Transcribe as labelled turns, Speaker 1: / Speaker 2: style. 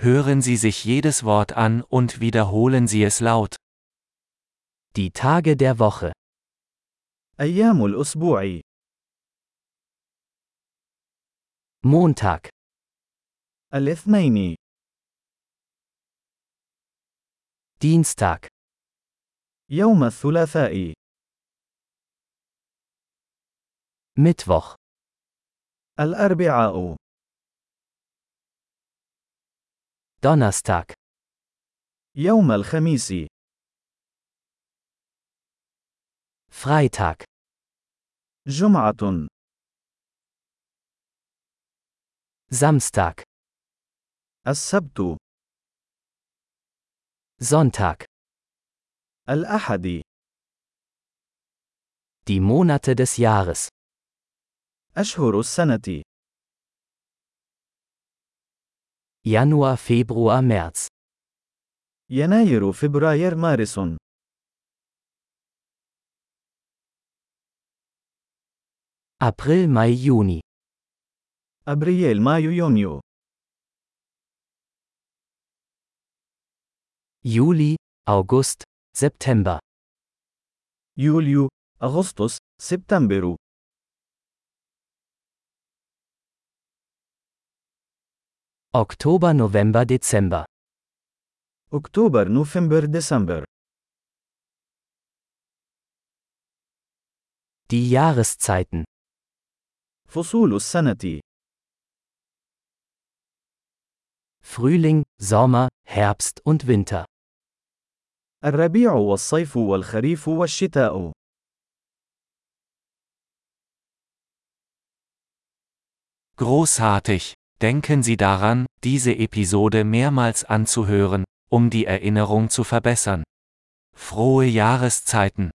Speaker 1: hören Sie sich jedes Wort an und wiederholen Sie es laut. Die Tage der Woche.
Speaker 2: أيام الأسبوع
Speaker 1: Montag,
Speaker 2: الاثنين
Speaker 1: Dienstag,
Speaker 2: يوم الثلاثاء
Speaker 1: Mittwoch,
Speaker 2: الأربعاء
Speaker 1: Donnerstag,
Speaker 2: يوم الخميس
Speaker 1: Freitag,
Speaker 2: جمعة
Speaker 1: Samstag,
Speaker 2: السبت
Speaker 1: Sonntag.
Speaker 2: الأحد
Speaker 1: Die Monate des Jahres.
Speaker 2: أشهر السنة
Speaker 1: Januar, Februar, März.
Speaker 2: يناير فبراير مارس
Speaker 1: April, Mai, Juni.
Speaker 2: أبريل مايو يونيو
Speaker 1: Juli, August, September.
Speaker 2: يوليو أغسطس سبتمبر
Speaker 1: Oktober, November, Dezember.
Speaker 2: أكتوبر نوفمبر ديسمبر
Speaker 1: Die Jahreszeiten.
Speaker 2: فصول السنة
Speaker 1: Frühling, Sommer, Herbst und Winter.
Speaker 2: الربيع والصيف والخريف والشتاء
Speaker 1: Großartig! Denken Sie daran, diese Episode mehrmals anzuhören, um die Erinnerung zu verbessern. Frohe Jahreszeiten!